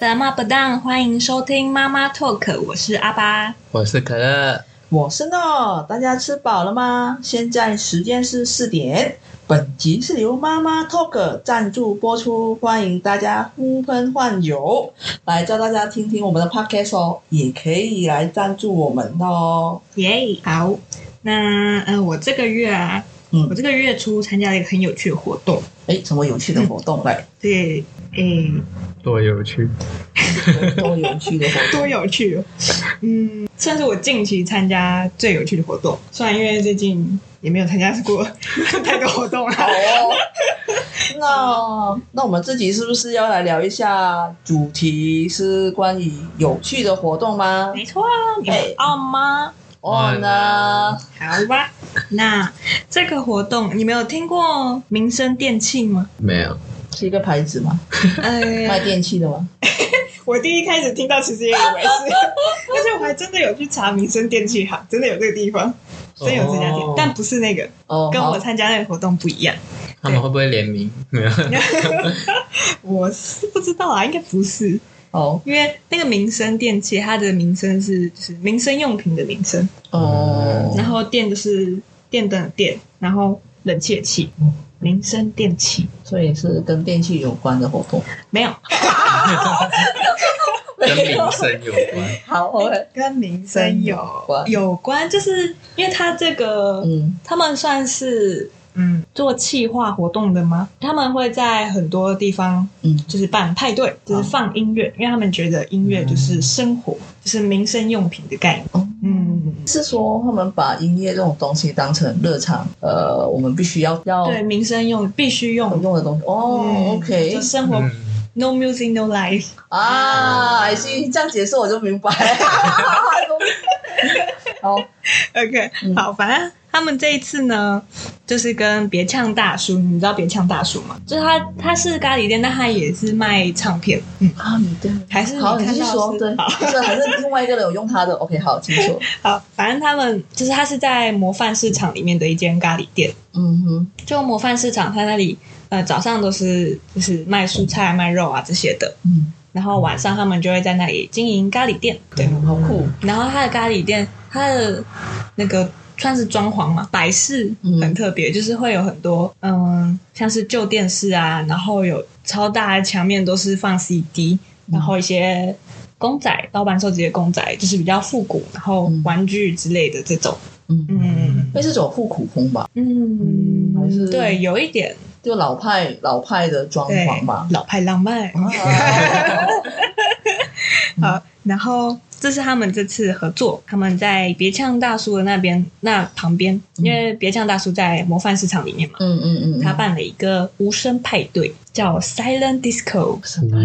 的妈不当，欢迎收听妈妈 Talk，我是阿巴。我是可乐，我是诺，大家吃饱了吗？现在时间是四点。本集是由妈妈 Talk 赞助播出，欢迎大家呼朋唤友来叫大家听听我们的 Podcast 哦，也可以来赞助我们的哦。耶、好，那呃，我这个月啊，嗯我这个月初参加了一个很有趣的活动，哎，什么有趣的活动嘞？对，诶、多有趣！多有趣的活动，多有趣哦！嗯，算是我近期参加最有趣的活动，虽然因为最近也没有参加过 太多活动好啊。哦。那那我们这集是不是要来聊一下？主题是关于有趣的活动吗？ 没错啊，你们傲吗？哦呢，好啊吧，那这个活动你们有听过民生电器 吗？没有，是一个牌子吗？卖呃，电器的吗？我第一开始听到其实也以为是，而且我还真的有去查民生电器行，真的有这个地方，真有这家店，哦但不是那个，哦，跟好我参加那个活动不一样。他们会不会联名？没有，我是不知道啊，应该不是，哦因为那个民生电器，它的名声是就是民生用品的名声，哦，然后电就是电灯的电，然后冷却器，民生电器所以是跟电器有关的活动。没有。跟民生有 关。 好，我会跟民生有关有关，就是因为他这个，嗯他们算是嗯做企划活动的吗？他们会在很多地方嗯就是办派对，就是放音乐，因为他们觉得音乐就是生活，就是民生用品的概念。嗯哦嗯，是说他们把音乐这种东西当成日常，呃，我们必须要要对，民生用必须用。用的东西。嗯哦，OK 就生活、嗯， no music no life。 啊，I see，这样解释我就明白。 好， OK，、嗯好，反正他们这一次呢，就是跟别呛大叔，你知道别呛大叔吗？就是他，他是咖喱店，但他也是卖唱片，嗯，啊，你对，还是你好，你看继续到说，是对，好是还是另外一个人有用他的？OK，好，继续说。好，呃反正他们就是他是在模范市场里面的一间咖喱店，嗯哼，就模范市场，他那里呃早上都是就是卖蔬菜、卖肉啊这些的，嗯，然后晚上他们就会在那里经营咖喱店，对，好酷，然后他的咖喱店，他的那个算是装潢嘛，摆饰嗯很特别，就是会有很多嗯，像是旧电视啊，然后有超大的墙面都是放 CD，然嗯后一些公仔，老板收集的公仔，就是比较复古，然后嗯玩具之类的这种，嗯，嗯那是走复古风吧，嗯还是对，有一点就老派老派的装对潢吧。老派浪漫。嗯啊好，然后这是他们这次合作，他们在别呛大叔的那边那旁边，因为别呛大叔在模范市场里面嘛，嗯嗯嗯，嗯他办了一个无声派对，叫 Silent Disco。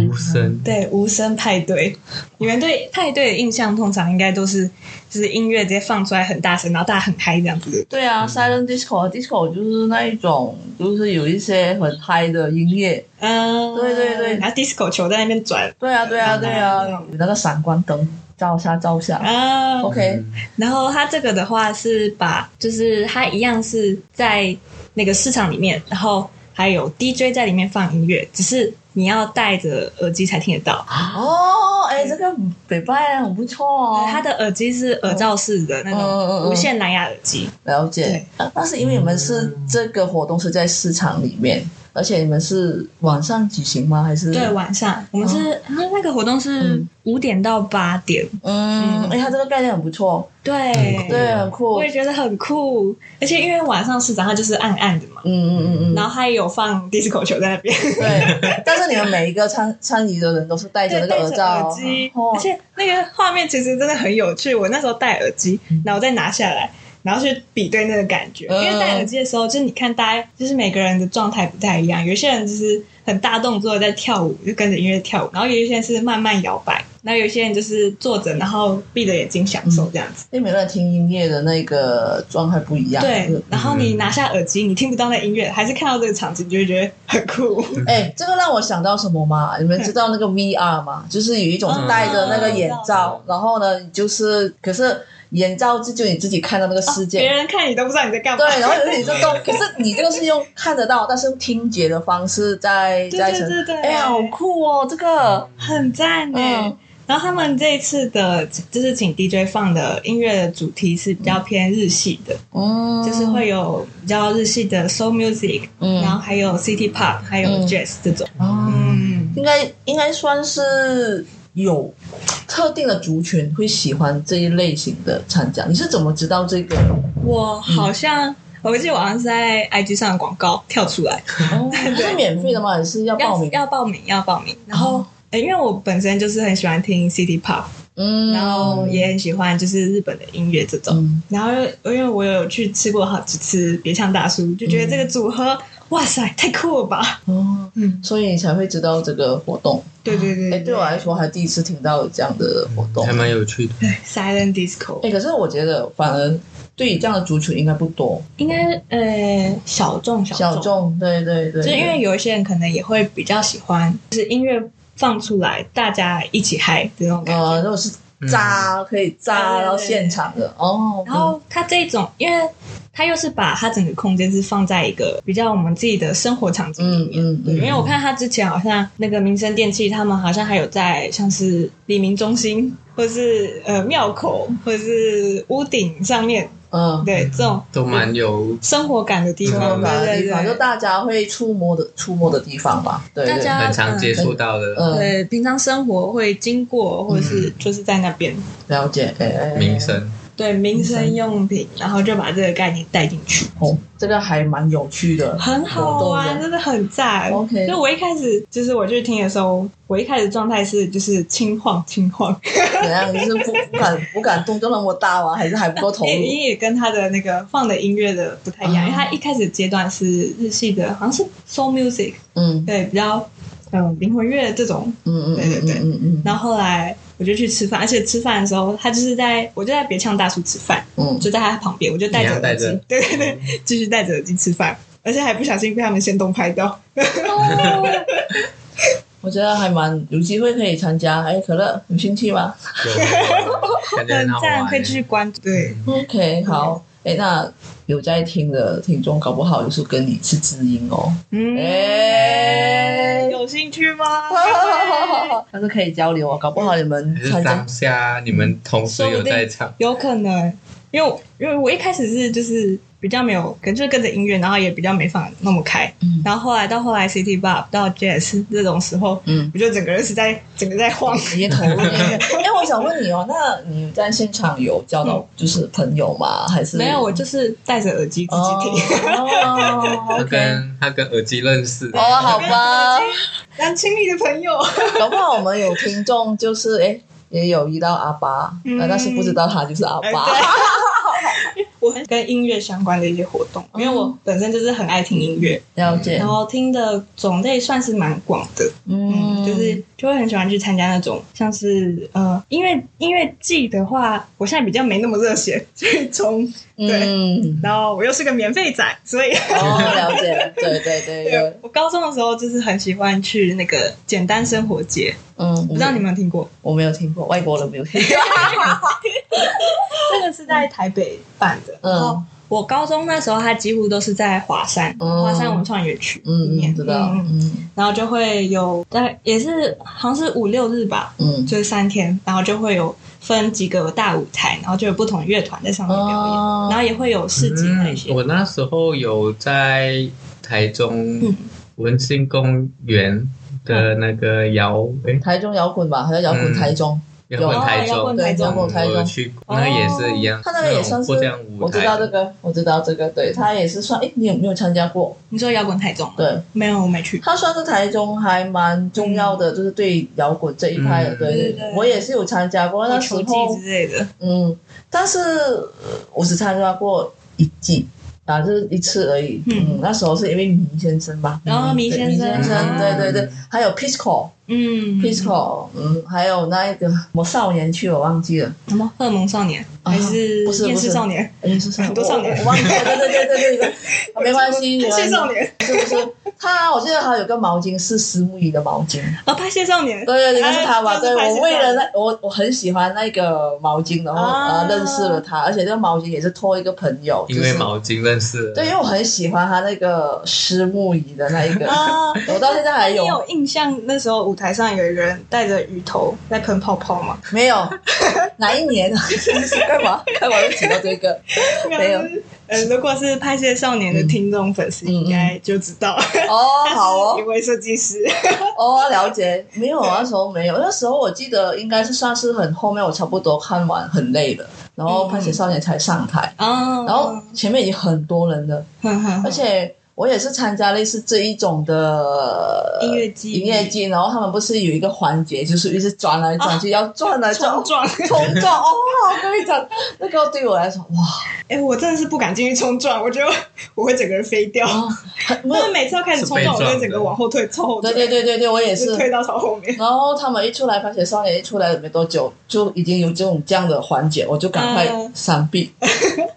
无声，对，无声派对，你们对派对的印象通常应该都是就是音乐直接放出来很大声，然后大家很嗨这样子。对啊嗯，silent disco，disco 就是那一种，就是有一些很嗨的音乐。嗯，对对对然后 disco 球在那边转对啊，对啊，对啊，嗯有那个闪光灯照下照下。啊， OK，嗯然后它这个的话是把，就是它一样是在那个市场里面，然后还有 DJ 在里面放音乐，只是你要戴着耳机才听得到。哦，哎，这个北拜很不错哦。它的耳机是耳罩式的那嗯嗯嗯种嗯无线蓝牙耳机，了解，那是因为你们是这个活动是在市场里面，而且你们是晚上举行吗？还是对，晚上我们是、啊那个活动是嗯五点到八点，嗯嗯，哎，他这个概念很不错，对嗯对，很酷我。也觉得很酷，而且因为晚上市场它就是暗暗的嘛，嗯嗯嗯然嗯，后它也有放 disco 球在那边。对。但是你们每一个参参与的人都是戴着对，那戴个耳着罩耳机，，哦而且那个画面其实真的很有趣。我那时候戴耳机，然后再拿下来，然后去比对那个感觉。嗯因为戴耳机的时候，就是你看大家，就是每个人的状态不太一样。有些人就是很大动作在跳舞，就跟着音乐跳舞；然后有一些是慢慢摇摆，那有些人就是坐着，然后闭着眼睛享受这样子。因为每个人听音乐的那个状态不一样。啊对，然后你拿下耳机，你听不到那音乐，还是看到这个场景，你就会觉得很酷。哎、这个让我想到什么嘛？你们知道那个 VR 吗？就是有一种是戴着那个眼嗯罩，然后呢，就是可是眼罩就就你自己看到那个世别界，啊人看你都不知道你在干嘛。对，然后有你就 动，可是你这个是用看得到，但是用听觉的方式在对在对呈对对，哎、呀，好酷哦，这个很赞哎、嗯然后他们这一次的，就是请 DJ 放的音乐的主题是比较偏日系的，嗯，就是会有比较日系的 soul music，、嗯，然后还有 city pop，还有嗯 jazz 这种。哦，嗯，应该应该算是有特定的族群会喜欢这一类型的参加。你是怎么知道这个？哦我好像、我记得我好像是在 IG 上的广告跳出来，哦， 是免费的吗？还是要报要名？要报名要报名，然后。哦呃因为我本身就是很喜欢听 City Pop，、嗯，然后也很喜欢就是日本的音乐这种，嗯，然后因为我有去吃过好几次别呛大叔，就觉得这个组合，哇塞，太酷了吧！哦，嗯，所以你才会知道这个活动。对对对哎，对我来说还第一次听到有这样的活动。还蛮有趣的。 ，Silent Disco 哎，可是我觉得反而对于这样的族群应该不多，应该呃小众小小众。对对对，就是因对为有一些人可能也会比较喜欢，就是音乐放出来大家一起嗨的那种感觉。呃，如果是嗯扎可以扎对对对到现场的哦，然后它这种，因为它又是把它整个空间是放在一个比较我们自己的生活场景里嗯面，嗯对，嗯因为我看他之前好像那个民生电器，他们好像还有在像是黎明中心，或是呃庙口，或是屋顶上面，嗯。对这种都蛮有生活感的地生活方，吧对嗯地对方，就对。大家会触摸的触摸的地方吧。对，大对家很常接触到的嗯对，嗯平常生活会经过，或是就是在那边，了解，哎嗯哎，哎名声，对民生用品，然后就把这个概念带进去，哦，这个还蛮有趣的，很好活玩，动的真的很赞。 OK 就我一开始就是我去听的时候，我一开始状态是就是轻晃轻晃，怎样？你是不不敢不敢动作那么大吗？还是还不够投 入？音音也跟他的那个放的音乐的不太一样，啊因为他一开始阶段是日系的，好像是 soul music，嗯对，比较嗯灵魂乐这种。嗯嗯对对嗯对嗯嗯然后后来我就去吃饭，而且吃饭的时候，他就是在我就在别呛大叔吃饭，嗯就在他旁边，我就戴着耳机你要戴着，嗯对对对，继续戴着耳机吃饭，而且还不小心被他们先动拍到。嗯。我觉得还蛮有机会可以参加。哎，可乐有兴趣吗有感觉很很好赞，玩。可以继续关注。对， ？OK，好。哎，那有在听的听众，搞不好就是跟你是知音哦。哎嗯，有兴趣吗？但是可以交流哦，搞不好你们还是参加当下你们同时有在场，有可能，因为我因为我一开始是就是比较没有，可能就是跟着音乐，然后也比较没放那么开。嗯然后后来到后来 City Bop 到 Jazz 这种时候，嗯，我就整个人是在整个在 晃。直接投入 进去。哎，我想问你哦，那你在现场有交到就是朋友吗？还是嗯没有，我就是戴着耳机自己听。 哦他，OK，跟他跟耳机认识的哦，，好吧，男亲密的朋友，搞不好我们有听众就是哎，也有遇到阿巴，嗯呃但是不知道他就是阿哎巴。对 我很跟音乐相关的一些活动，因为嗯我本身就是很爱听音乐，了解然，后听的种类算是蛮广的。嗯，就是就会很喜欢去参加那种像是呃音乐音乐季的话，我现在比较没那么热血， 所以从嗯，然后我又是个免费仔，所以 哦，了解，对对对对对， 我高中的时候就是很喜欢去那个简单生活节，嗯，我不知道你们有没有听过？我没有听过，外国人没有听过， 这个是在台北办的，嗯然后我高中那时候，它几乎都是在华山，嗯华山文创园区里嗯，面，嗯知道，嗯嗯嗯然后就会有大概也是好像是五六日吧，嗯，就是三天，然后就会有分几个大舞台，然后就有不同乐团在上面表演，哦然后也会有市集那些。嗯我那时候有在台中嗯文心公园的那个摇诶台中摇滚吧，还是摇滚嗯台中，摇滚哦台摇中滚，对，台中哦摇滚台我有中。去过，那也是一样，他那个也种算是过这样舞我台，知道这个，我知道这个，对他也是算，哎，你有没有参加过？你说摇滚台中吗？啊对，没有，我没去。他算是台中还蛮重要的，就是对摇滚这一派的，嗯对对对对我也是有参加过，那时球技候之类的，嗯，但是呃我只参加过一季。啊，就是一次而已。嗯嗯，那时候是因为迷先生吧，然后嗯迷对先迷生啊先生，嗯对对对，还有 Pisco，嗯 Pisco，嗯，还有那一个什么少年区，我忘记了，什么荷尔蒙少年啊还是不是厌不世是少年？嗯，是少很多少年我我忘记了，对对对对对对，啊没 关系，没关蟹系，少年是不是？他，我记得他有个毛巾是石木鱼的毛巾，哦，拍蟹少年，对对对，哎就是他吧？就对是拍，我戏为了上那我我很喜欢那个毛巾，然后啊呃认识了他，而且这个毛巾也是托一个朋友，因为就是毛巾认识了。对，因为我很喜欢他那个石木鱼的那一个，啊，我到现在还你有有印象？那时候舞台上有一个人戴着鱼头在喷泡泡吗？没有哪一年 啊？真是干嘛干嘛又提到这个？没有。呃，如果是拍戏少年的听众粉丝，嗯嗯应该就知道了。哦，好他是哦一，位设计师，哦，了解。没有，那时候没有，那时候我记得应该是算是很后面，我差不多看完很累了，然后嗯《潘姐少年》才上台，哦然后前面已经很多人了。哼哼哼而且我也是参加类似这一种的音乐季呃音乐季，然后他们不是有一个环节，就是一直转来转去，要转来转冲撞，啊冲撞哦！我跟你讲，那个对我来说， 哇，哎、我真的是不敢进去冲撞，我觉得我会整个人飞掉。哦很他没们有，每次要开始冲撞，我是被撞的就整个往后退，凑后退，对对对对对，我也。就是退到朝后面。然后他们一出来，番茄少年一出来没多久，就已经有这种这样的环节，我就赶快嗯闪 避，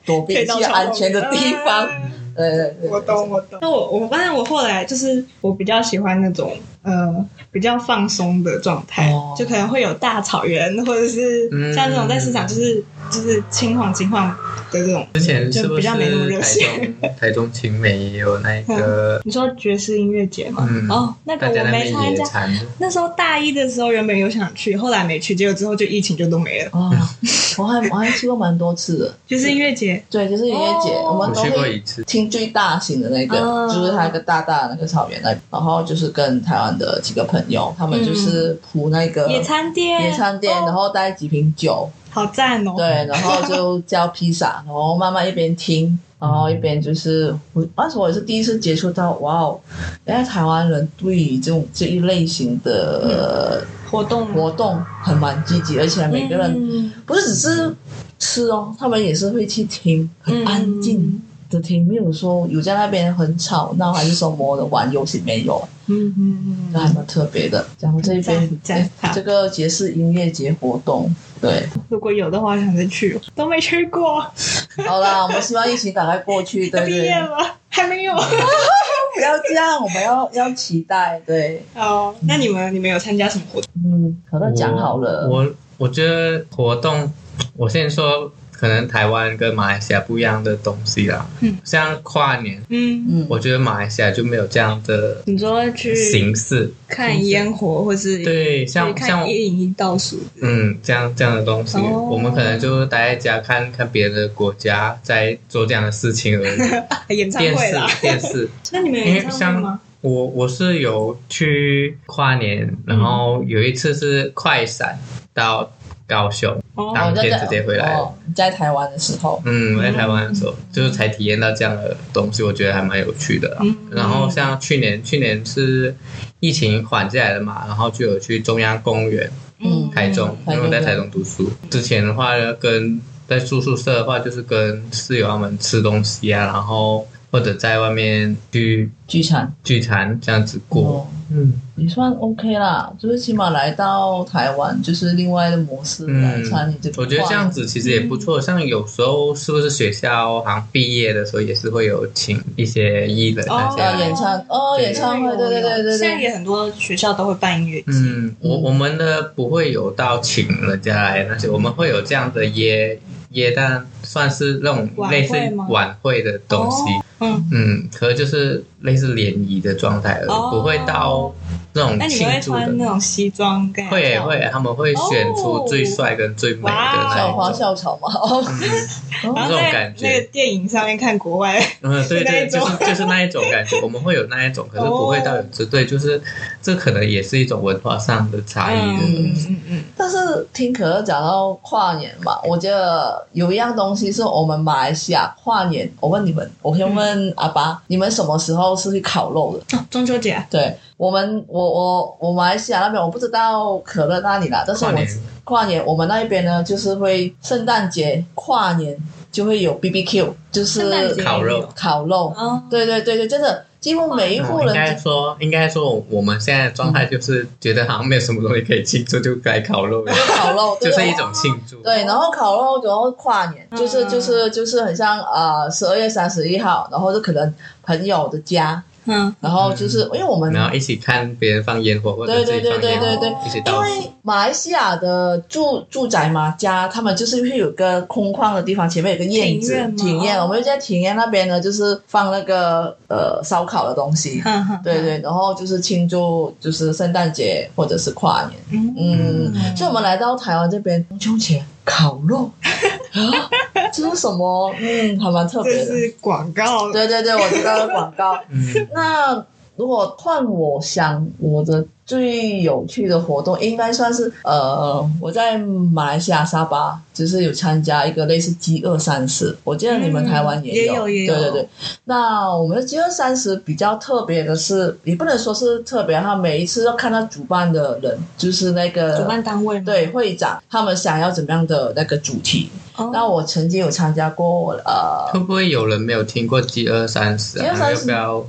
躲避退一到些床安全的地方。嗯对对对，我懂，我懂。那我我发现我后来就是我比较喜欢那种呃比较放松的状态，哦就可能会有大草原，或者是嗯像这种在市场就是、就是轻晃轻晃的这种。之前是就不比是较台没那么热血中台中青梅也有那个你说爵士音乐节吗？嗯哦，那个大家我那没边参野加。餐，那时候大一的时候原本有想去，后来没去，结果之后就疫情就都没了。啊，我还我还去过蛮多次的，爵士音乐节，对，就是音乐节，哦我我们都去过会一次，听最大型的那个，嗯就是它一个大大的那个草原那里，然后就是跟台湾的几个朋友，他们就是铺那个嗯野餐店，野餐店，哦然后带几瓶酒，好赞哦！对，然后就叫披萨，然后慢慢一边听，然后一边就是我那时候我也是第一次接触到，哇哦，原来台湾人对于这种这一类型的活动活动很蛮积极，而且每个人嗯不是只是吃哦，他们也是会去听，很安静。的听，没有说有在那边很吵闹还是什么的玩游戏没有，嗯嗯那还嗯。蛮特别的。然后这边赞赞好这个节是音乐节活动，对，如果有的话，想再去，都没去过。好啦，我们希望疫情赶快过去，对不毕对业？了还没 有。不要这样，我们要要期待，对，哦，那你们你们有参加什么活动？嗯，可乐讲好了，我我我觉得活动，我先说可能台湾跟马来西亚不一样的东西啦。嗯，像跨年，嗯，嗯，我觉得马来西亚就没有这样的你说去形式。看烟火，或是对，去像像看一零一倒数？嗯，这样这样的东西，哦我们可能就待在家看看别的国家在做这样的事情而已。啊演 唱电会啦。视 电视，那你们有因为演唱会吗像？我我是有去跨年，然嗯后有一次是快闪到高雄，哦当哦在天直接回来了哦，你在台湾的时候，嗯，我在台湾的时候，就是才体验到这样的东西，我觉得还蛮有趣的啦。嗯然后像去年，去年是疫情缓下来了嘛，然后就有去中央公园，嗯，台中，嗯因为我在台台中中读书。之前的话呢，跟在住宿舍的话，就是跟室友他们吃东西啊，然后或者在外面去聚餐聚餐这样子过。哦嗯，也算 OK 啦，就是起码来到台湾，就是另外的模式来嗯参与这个。我觉得这样子其实也不错。像有时候是不是学校好像毕业的时候也是会有请一些艺人那哦些啊，来演唱哦，对演唱会，对对对对现在对，也很多学校都会办音乐节。嗯，我我们的不会有到请人家来那些，我们会有这样的耶耶诞，算是那种类似晚会吗晚会的东西。哦嗯，嗯，可能就是类似联谊的状态而已，哦不会到那种那你庆们会祝穿那的。种西装跟会耶会耶，他们会选出最帅跟最美的那校哦花一种。校草嘛，哦，然后这种在感觉那个电影上面看国外，嗯，对是对，那就一是种就是那一种感觉，我们会有那一种，可是不会到有哦这对，就是这可能也是一种文化上的差异嗯的东嗯西。嗯嗯，但是听可乐讲到跨年嘛，我觉得有一样东西是我们马来西亚跨年。我问你们，我先问阿巴，你们什么时候是去烤肉的？哦中秋节啊对我们，我我我马来西亚那边我不知道可乐那里啦，但是我跨年跨年我们那一边呢，就是会圣诞节跨年就会有 B B Q，就圣诞是节烤肉烤肉。哦，对对对对，真的几乎每一户嗯应人该家说，应该说，我们现在的状态就是觉得好像没有什么东西可以庆祝，就该烤肉了，烤肉， 对啊 就是一种庆祝。对，然后烤肉，然后跨年，就是嗯就是就是很像呃十二月三十一号，然后就可能朋友的家，嗯然后就是因为我们然后一起看别人放烟火，或者对自对己对放对烟对火，对，一起因倒数。为马来西亚的住住宅嘛家，他们就是会有个空旷的地方，前面有个院庭子院吗庭院，我们就在庭院那边呢，就是放那个呃烧烤的东 西，哼哼，对对，然后就是庆祝就是圣诞节或者是跨年，嗯，嗯，嗯所以我们来到台湾这边中秋节烤 肉，啊，这是什么？嗯，还蛮特别这的。是广告，对对对，我知道了广告。嗯，那如果换我想，我的最有趣的活动应该算是呃，我在马来西亚沙巴，就是有参加一个类似饥饿三十，我记得你们嗯台湾也有，有也有对对对。那我们的饥饿三十比较特别的是，也不能说是特别，他每一次要看到主办的人，就是那个主办单位吗对，会长，他们想要怎么样的那个主题。哦那我曾经有参加过呃会不会有人没有听过饥饿三十饥饿啊？三要十不要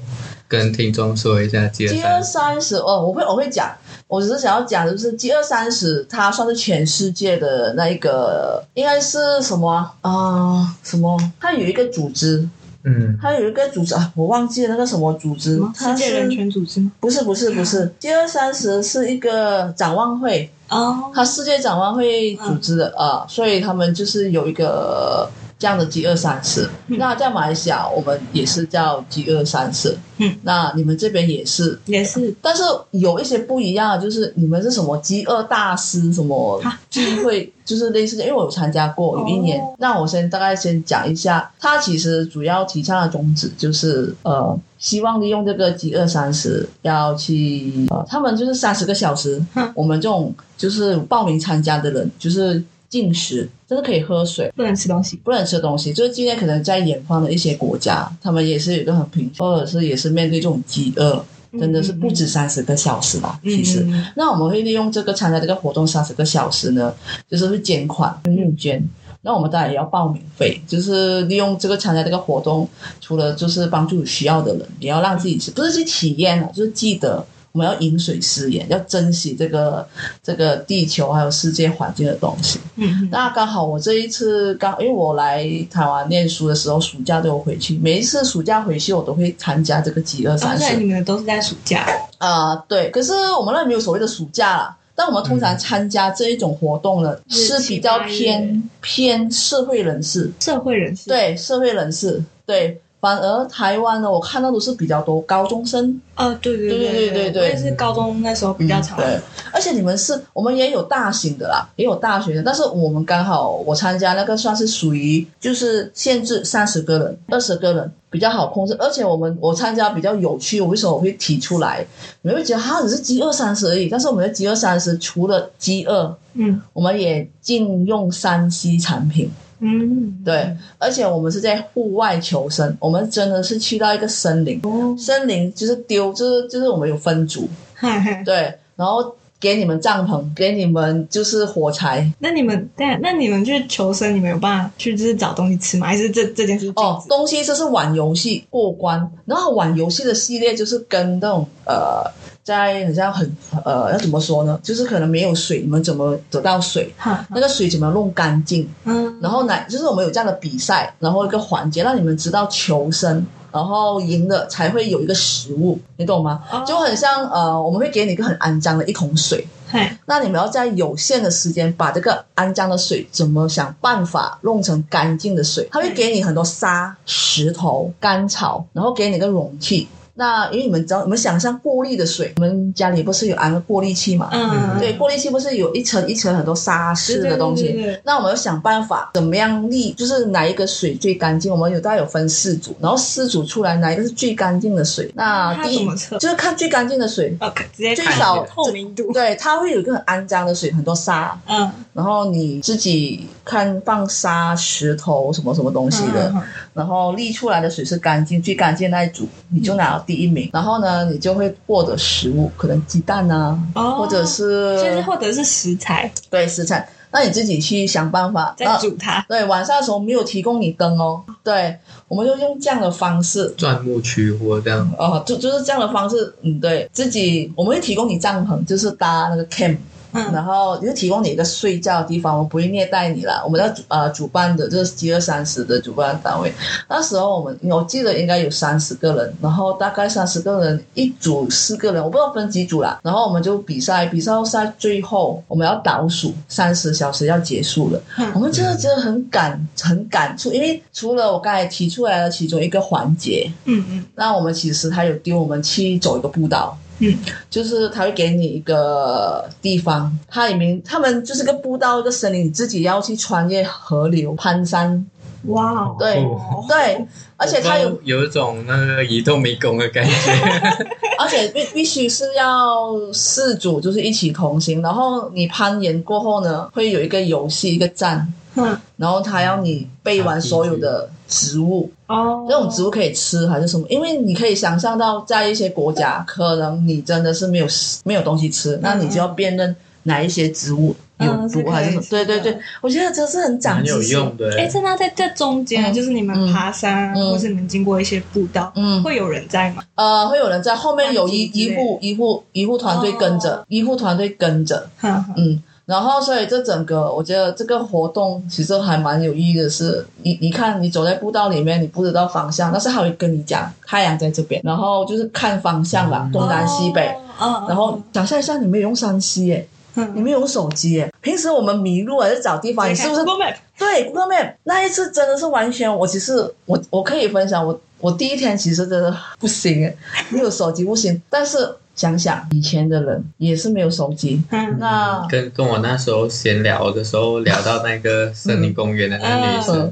跟听众说一下饥饿饥三饿十？三十哦，我会我会讲，我只是想要讲，就是饥饿三十，它算是全世界的那一个，应该是什么啊、啊什么？它有一个组织，嗯，它有一个组织啊，我忘记了那个什么组织什么，它世界人是权组织吗？不是不是不是，饥饿三十是一个展望会，哦，它世界展望会组织的啊、所以他们就是有一个这样的饥饿三十。嗯那在马来西亚，我们也是叫饥饿三十。嗯，那你们这边也是，也是但是有一些不一样的，就是你们是什么饥饿大师什么啊聚会，就是类似的，因为我有参加过有一年。哦那我先大概先讲一下，它其实主要提倡的宗旨就是呃，希望利用这个饥饿三十要去呃，他们就是三十个小时，嗯我们这种就是报名参加的人就是进食，真的可以喝水。不能吃东西，不能吃东西，就是今天可能在远方的一些国家，他们也是有一个很贫穷，或者是也是面对这种饥饿，真的是不止三十个小时吧，其实。嗯那我们会利用这个参加这个活动三十个小时呢，就是会捐款，嗯募捐。那我们当然也要报名费，就是利用这个参加这个活动，除了就是帮助有需要的人，也要让自己不是去体验啊，就是记得我们要饮水思源，要珍惜这个这个地球还有世界环境的东西。嗯，嗯那刚好我这一次刚，因为我来台湾念书的时候，暑假都有回去，每一次暑假回去我都会参加这个饥饿哦三所以十你们都是在暑假，啊，对。可是我们那里没有所谓的暑假啦，但我们通常参加这一种活动呢，是是比较偏偏社会人士，社会人士，对社会人士，对。反而台湾呢，我看到都是比较多高中生，哦，对对对对对对对我也是高中那时候比较常对，而且你们是我们也有大型的啦，也有大学的，但是我们刚好我参加那个算是属于就是限制三十个人、二十个人比较好控制，而且我们我参加比较有趣，我为什么我会提出来？你们会觉得它只是饥饿三十而已，但是我们的饥饿三十除了饥饿，嗯我们也禁用三 C 产品。嗯，对，而且我们是在户外求生，我们真的是去到一个森林，哦，森林就是丢，就是就是我们有分组，嗨嗨，对，然后给你们帐篷，给你们就是火柴。 那你们对啊，那你们去求生，你们有办法去就是找东西吃吗？还是这这件事哦禁，止？东西就是玩游戏过关，然后玩游戏的系列就是跟那种呃，在很像很呃要怎么说呢？就是可能没有水，你们怎么得到水？哈，那个水怎么弄干净？嗯，然后呢，就是我们有这样的比赛，然后一个环节让你们知道求生，然后赢了才会有一个食物，你懂吗？哦就很像呃，我们会给你一个很肮脏的一桶水，嗨，那你们要在有限的时间把这个肮脏的水怎么想办法弄成干净的水？他会给你很多沙、石头、干草，然后给你个容器。那因为你们知道，你们想象过滤的水，我们家里不是有安个过滤器嘛？嗯，对，过滤器不是有一层一层很多沙对石的东西？对对对对那我们要想办法怎么样立，就是哪一个水最干净？我们有大概有分四组，然后四组出来哪一个是最干净的水？那那它第怎一么测就是看最干净的水，哦，可直接最看少透明度，对，它会有一个很肮脏的水，很多沙，嗯，然后你自己看放沙、石头什么什么东西的，嗯，嗯然后沥出来的水是干净、最干净那一组，你就拿到第一名。然后呢，你就会获得食物，可能鸡蛋啊，哦或者嗯所以是是或者是食材，对食材。那你自己去想办法。再煮它。对，晚上的时候没有提供你灯哦。对，我们就用这样的方式，钻木取火这样。哦，就就是这样的方式，嗯，对自己，我们会提供你帐篷，就是搭那个 camp，嗯，然后就提供你一个睡觉的地方，我们不会虐待你啦。我们要呃主办的就是饥饿三十的主办单位，那时候我们我记得应该有三十个人，然后大概三十个人一组四个人，我不知道分几组啦。然后我们就比赛，比赛到赛最后我们要倒数三十小时要结束了，嗯我们真的真的很感很感触，因为除了我刚才提出来的其中一个环节，嗯嗯那我们其实他有丢我们去走一个步道，嗯，就是他会给你一个地方，它里面他们就是个步道，一个森林，你自己要去穿越河流、攀山，哇哦，对哦对，而且 它有，有一种那个移动迷宫的感觉，而且必必须是要四组就是一起同行，然后你攀岩过后呢，会有一个游戏一个站，嗯然后他要你背完所有的植物，哦，那种植物可以吃还是什么？因为你可以想象到，在一些国家，可能你真的是没有食没有东西吃，那你就要辨认哪一些植物有嗯是毒可以还是什么。吃对对的对，我觉得这是很 长很知识。有用的。哎，这那在这中间，啊嗯就是你们爬山，啊嗯或是你们经过一些步道，嗯，会有人在吗？ 呃，会有人在后面有医安静之医类护医护医护团队跟着哦，医护团队跟着，哈哈嗯，然后所以这整个我觉得这个活动其实还蛮有意义的是，你你看你走在步道里面，你不知道方向，但是他会跟你讲太阳在这边，然后就是看方向啦，嗯东南西北。，哦嗯然后想象一下，你没有用三 C 耶，你没有用手机耶。平时我们迷路还是找地方，你是不是我们对 Google Map 那一次真的是完全，我其实我我可以分享，我我第一天其实真的不行耶， 没有手机不行。但是想想以前的人也是没有手机，嗯那跟跟我那时候闲聊的时候聊到那个森林公园的那女生嗯，，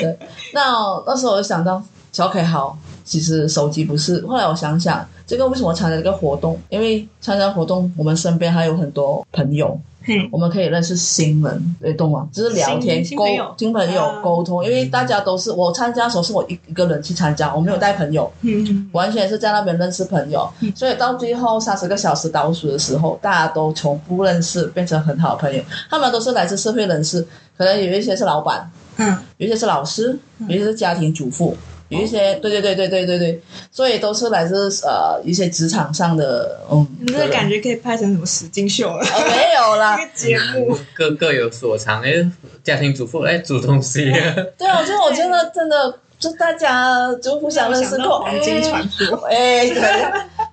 对。那那时候我就想到小 K 好，其实手机不是。后来我想想，这个为什么参加这个活动？因为参加活动，我们身边还有很多朋友，嘿，我们可以认识新人，对，懂吗？就是聊天、新新沟朋友新朋友嗯沟通，因为大家都是我参加的时候是我一一个人去参加，我没有带朋友，嗯，完全是在那边认识朋友，嗯所以到最后三十个小时倒数的时候，大家都从不认识变成很好的朋友。他们都是来自社会人士，可能有一些是老板，嗯有一些是老师，有一些是家庭主哦妇，有一些对对对对对对对，所以都是来自呃一些职场上的嗯，你这个感觉可以拍成什么实境秀了？呃没有啦这，个节 目， 各各有所长。哎，家庭主妇哎煮东西，对啊，我觉得我真的真的就大家就互相认识过，黄金传说，哎，对。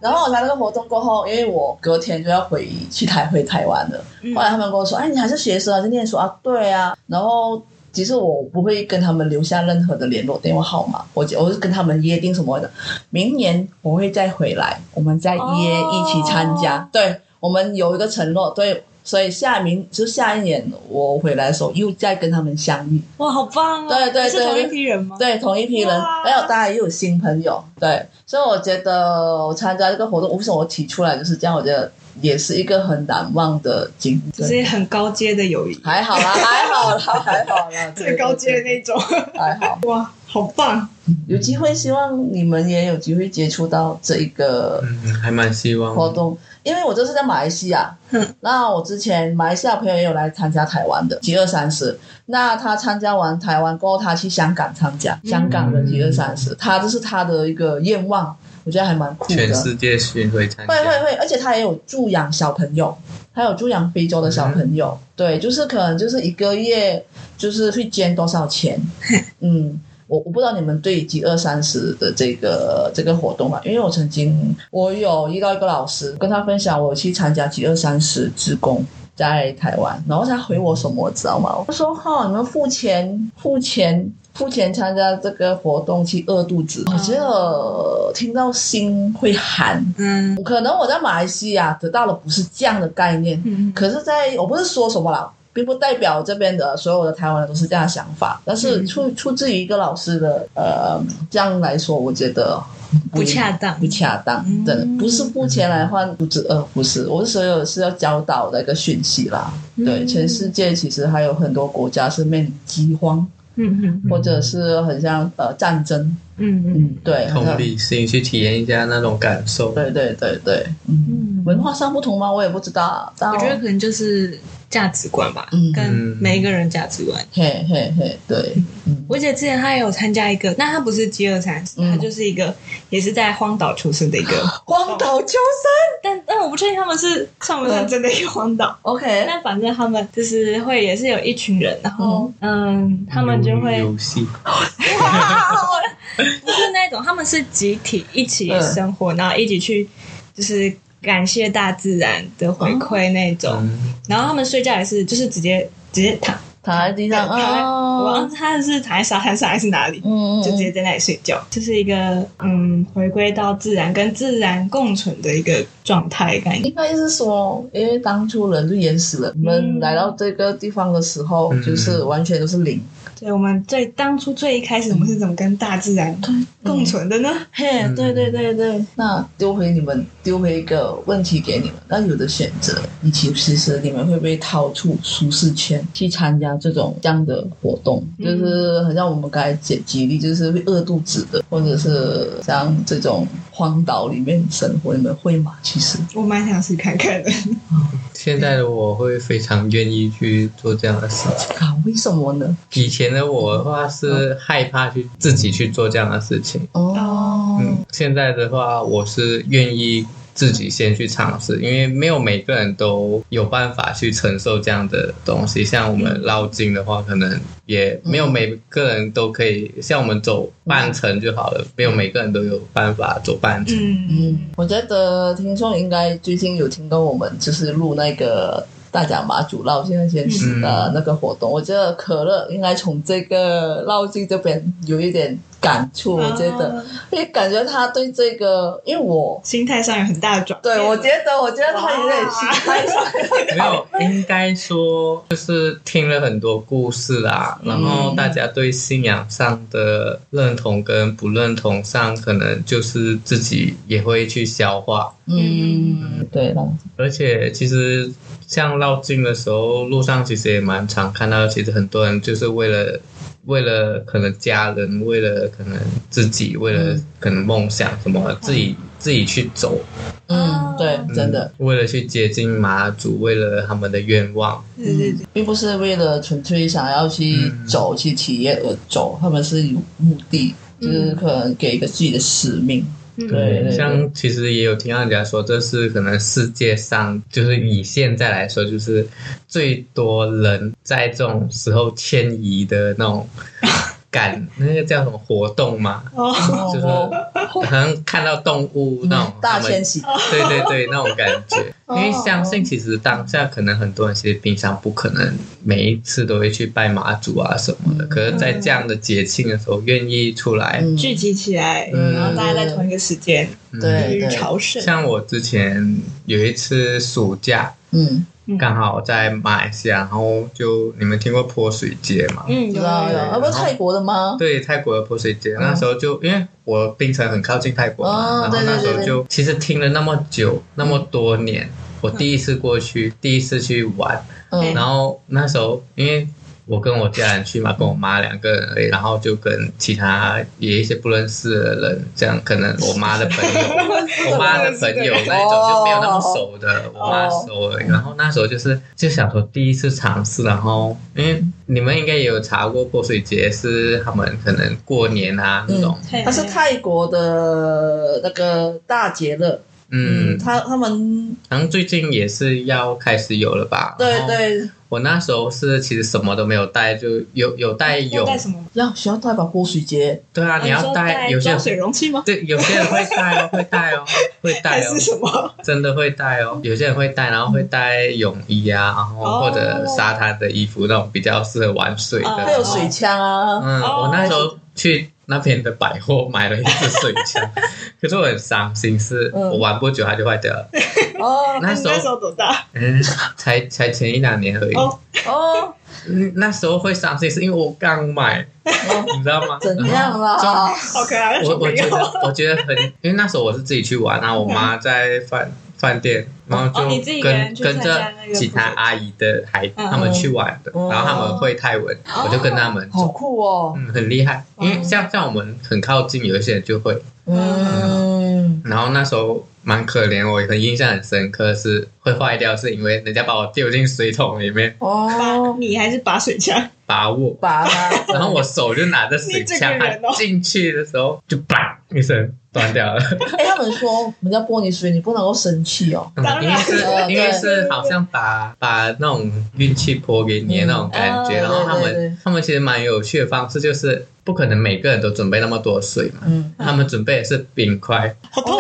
然后我参加那个活动过后，因为我隔天就要回去台回台湾了。嗯后来他们跟我说：“哎，你还是学生啊，就念书啊？”对啊。然后其实我不会跟他们留下任何的联络电话号码，我就我是跟他们约定什么的，明年我会再回来，我们再约一起参加。哦对，我们有一个承诺，对。所以下明就下一年我回来的时候，又再跟他们相遇。哇，好棒哦！对对对是同一批人吗？对，同一批人哇，还有当然也有新朋友。对，所以我觉得我参加这个活动，为什么我提出来就是这样？我觉得也是一个很难忘的经历。就是很高阶的友谊，还好啦，还好啦，还好 啦，最高阶的对那种，对对还好。好棒！有机会，希望你们也有机会接触到这一个嗯，还蛮希望活动，因为我这是在马来西亚嗯，那我之前马来西亚朋友也有来参加台湾的极二三十，那他参加完台湾过后，他去香港参加嗯香港的极二三十，他这是他的一个愿望，我觉得还蛮酷的。全世界巡回参会会加。会，而且他也有助养小朋友，还有助养非洲的小朋友。对，就是可能就是一个月就是会捐多少钱。嗯，我我不知道你们对集二三十的这个这个活动啊，因为我曾经我有遇到一个老师，跟他分享我去参加集二三十志工。在台湾，然后他回我什么，知道吗？我说哈、你们付钱付钱付钱参加这个活动去饿肚子，我觉得听到心会寒。嗯可能我在马来西亚得到的不是这样的概念，嗯，可是在我不是说什么啦，并不代表这边的所有的台湾人都是这样的想法，但是嗯出出自于一个老师的呃这样来说，我觉得不恰当不恰当，嗯真的不是付钱来换不止呃不是，我是所有是要教导的一个讯息啦。对，嗯全世界其实还有很多国家是面临饥荒，嗯嗯或者是很像呃战争，嗯嗯嗯，对，很像同理心去体验一下那种感受，对对对对，嗯，嗯文化上不同吗？我也不知道啊。但我觉得可能就是价值观吧，嗯跟每一个人价值观。嘿嘿嘿，对，嗯我姐之前她也有参加一个，那她不是饥饿餐食，嗯她就是一个也是在荒岛求生的一 个，荒岛秋山但但我不确定他们是算不算真的一个荒岛， ，OK，但反正他们就是会也是有一群人，然后嗯，他们就会游戏，哇哦 不是那种，他们是集体一起嗯生活，然后一起去就是感谢大自然的回哦馈那种，嗯，然后他们睡觉也是就是直接直接躺，躺在地上躺在我忘啊，记他是躺在沙滩上还是哪里，嗯，就直接在那里睡觉，就是一个嗯回归到自然跟自然共存的一个状态概念。应该是说，因为当初人是原始人，我们来到这个地方的时候，嗯就是完全都是零。对，我们最当初最一开始我们是怎么跟大自然嗯共存的呢？嘿，嗯对对对对，那丢回你们，丢回一个问题给你们，那有的选择，以及其实你们会不会逃出舒适圈去参加这种这样的活动？嗯就是很像我们刚才举举例，就是会饿肚子的，或者是像这种荒岛里面生活，你们会吗？其实，我蛮想试看看的，现在的我会非常愿意去做这样的事情。啊，为什么呢？以前的我的话嗯是害怕去自己去做这样的事情，哦，嗯，现在的话我是愿意自己先去尝试，因为没有每个人都有办法去承受这样的东西。像我们绕境的话，可能也没有每个人都可以，像我们走半程就好了，没有每个人都有办法走半 程。嗯嗯，我觉得听众应该最近有听到我们就是录那个大甲马祖绕境先生的呃那个活动，我觉得可乐应该从这个绕境这边有一点感触，我觉得，啊因为感觉他对这个，因为我心态上有很大的转变。对我觉得，我觉得他有点哇心态上没有，应该说就是听了很多故事啊，然后大家对信仰上的认同跟不认同上，可能就是自己也会去消化。嗯，对了，而且其实像绕境的时候，路上其实也蛮常看到，其实很多人就是为了。为了可能家人，为了可能自己，为了嗯可能梦想什么，自己自己去走，嗯，对，真的。嗯为了去接近马祖，为了他们的愿望，对对对，并不是为了纯粹想要去走、去体验而走，他们是有目的，就是可能给一个自己的使命。嗯对对像其实也有听到人家说，这是可能世界上就是以现在来说，就是最多人在这种时候迁移的那种 感，那个叫什么活动嘛？哦，就是好像看到动物那种嗯大他们迁徙，哦对对对，那种感 觉。因为相信其实当下可能很多人其实平常不可能每一次都会去拜妈祖啊什么的，嗯可是，在这样的节庆的时候，愿意出来，嗯聚集起来，嗯然后大家在同一个时间嗯对去朝圣。像我之前有一次暑假，嗯，嗯刚好在马来西亚，然后就你们听过泼水节吗？嗯，知有道有有，有啊，不是泰国的吗？对，泰国的泼水节，嗯那时候就因为我槟城很靠近泰国嘛，哦然后那时对对候对嗯就其实听了那么久，那么多年，我第一次过去，第一次去玩，嗯然后那时候因为。我跟我家人去嘛，跟我妈两个人而已，然后就跟其他也一些不认识的人，这样可能我妈的朋友，我妈的哦朋友那一种就没有那么熟的，我妈熟的。然后那时候就是就想说第一次尝试，然后因为你们应该也有查过泼水节是他们可能过年啊那种，嘿它是泰国的那个大节日，嗯，他他们然后最近也是要开始有了吧？对。对我那时候是其实什么都没有带，就有有带要泳，带什么？要需要带把泼水节，对啊，你哦要说带，有些装人水容器吗？对有些人会带哦，会带哦，会带还哦是，什么？真的会带哦，有些人会带，然后会带泳衣啊，然后或者沙滩的衣服那种比较适合玩水的。哦还有水枪啊，嗯，哦我那时候去那边的百货买了一支水枪， 可是我很伤心，是嗯我玩不久它就坏掉了。哦那你时那时候候多大？嗯，才才前一两年而已。哦哦，嗯，那时候会伤心是因为我刚买，哦你知道吗？怎样啊啦？好可爱的我 小我朋觉友。嗯得我觉得很，因为那时候我是自己去玩，然啊后我妈在饭饭店，然后哦就你自己一个跟、人去跟参着加那个其他阿姨的孩子嗯他们去玩的，嗯然后他们会泰文，我就跟他们好走，酷哦，嗯，很厉害，因为像像我们很靠近，有一些人就会，嗯，然后那时候蛮可怜，我很印象很深刻是会坏掉，是因为人家把我丢进水桶里面把哦，你还是把水枪，把我，把它然后我手就拿着水枪，你这个人哦它进去的时候就砰一声断掉了。 哎，他们说人家泼你水，你不能够生气哦。当然嗯因为是了因为是对好像把把那种运气泼给你的那种感觉，嗯然后他对对对们他们其实蛮有趣的方式，就是不可能每个人都准备那么多水嘛，嗯，他们准备的是冰块，好痛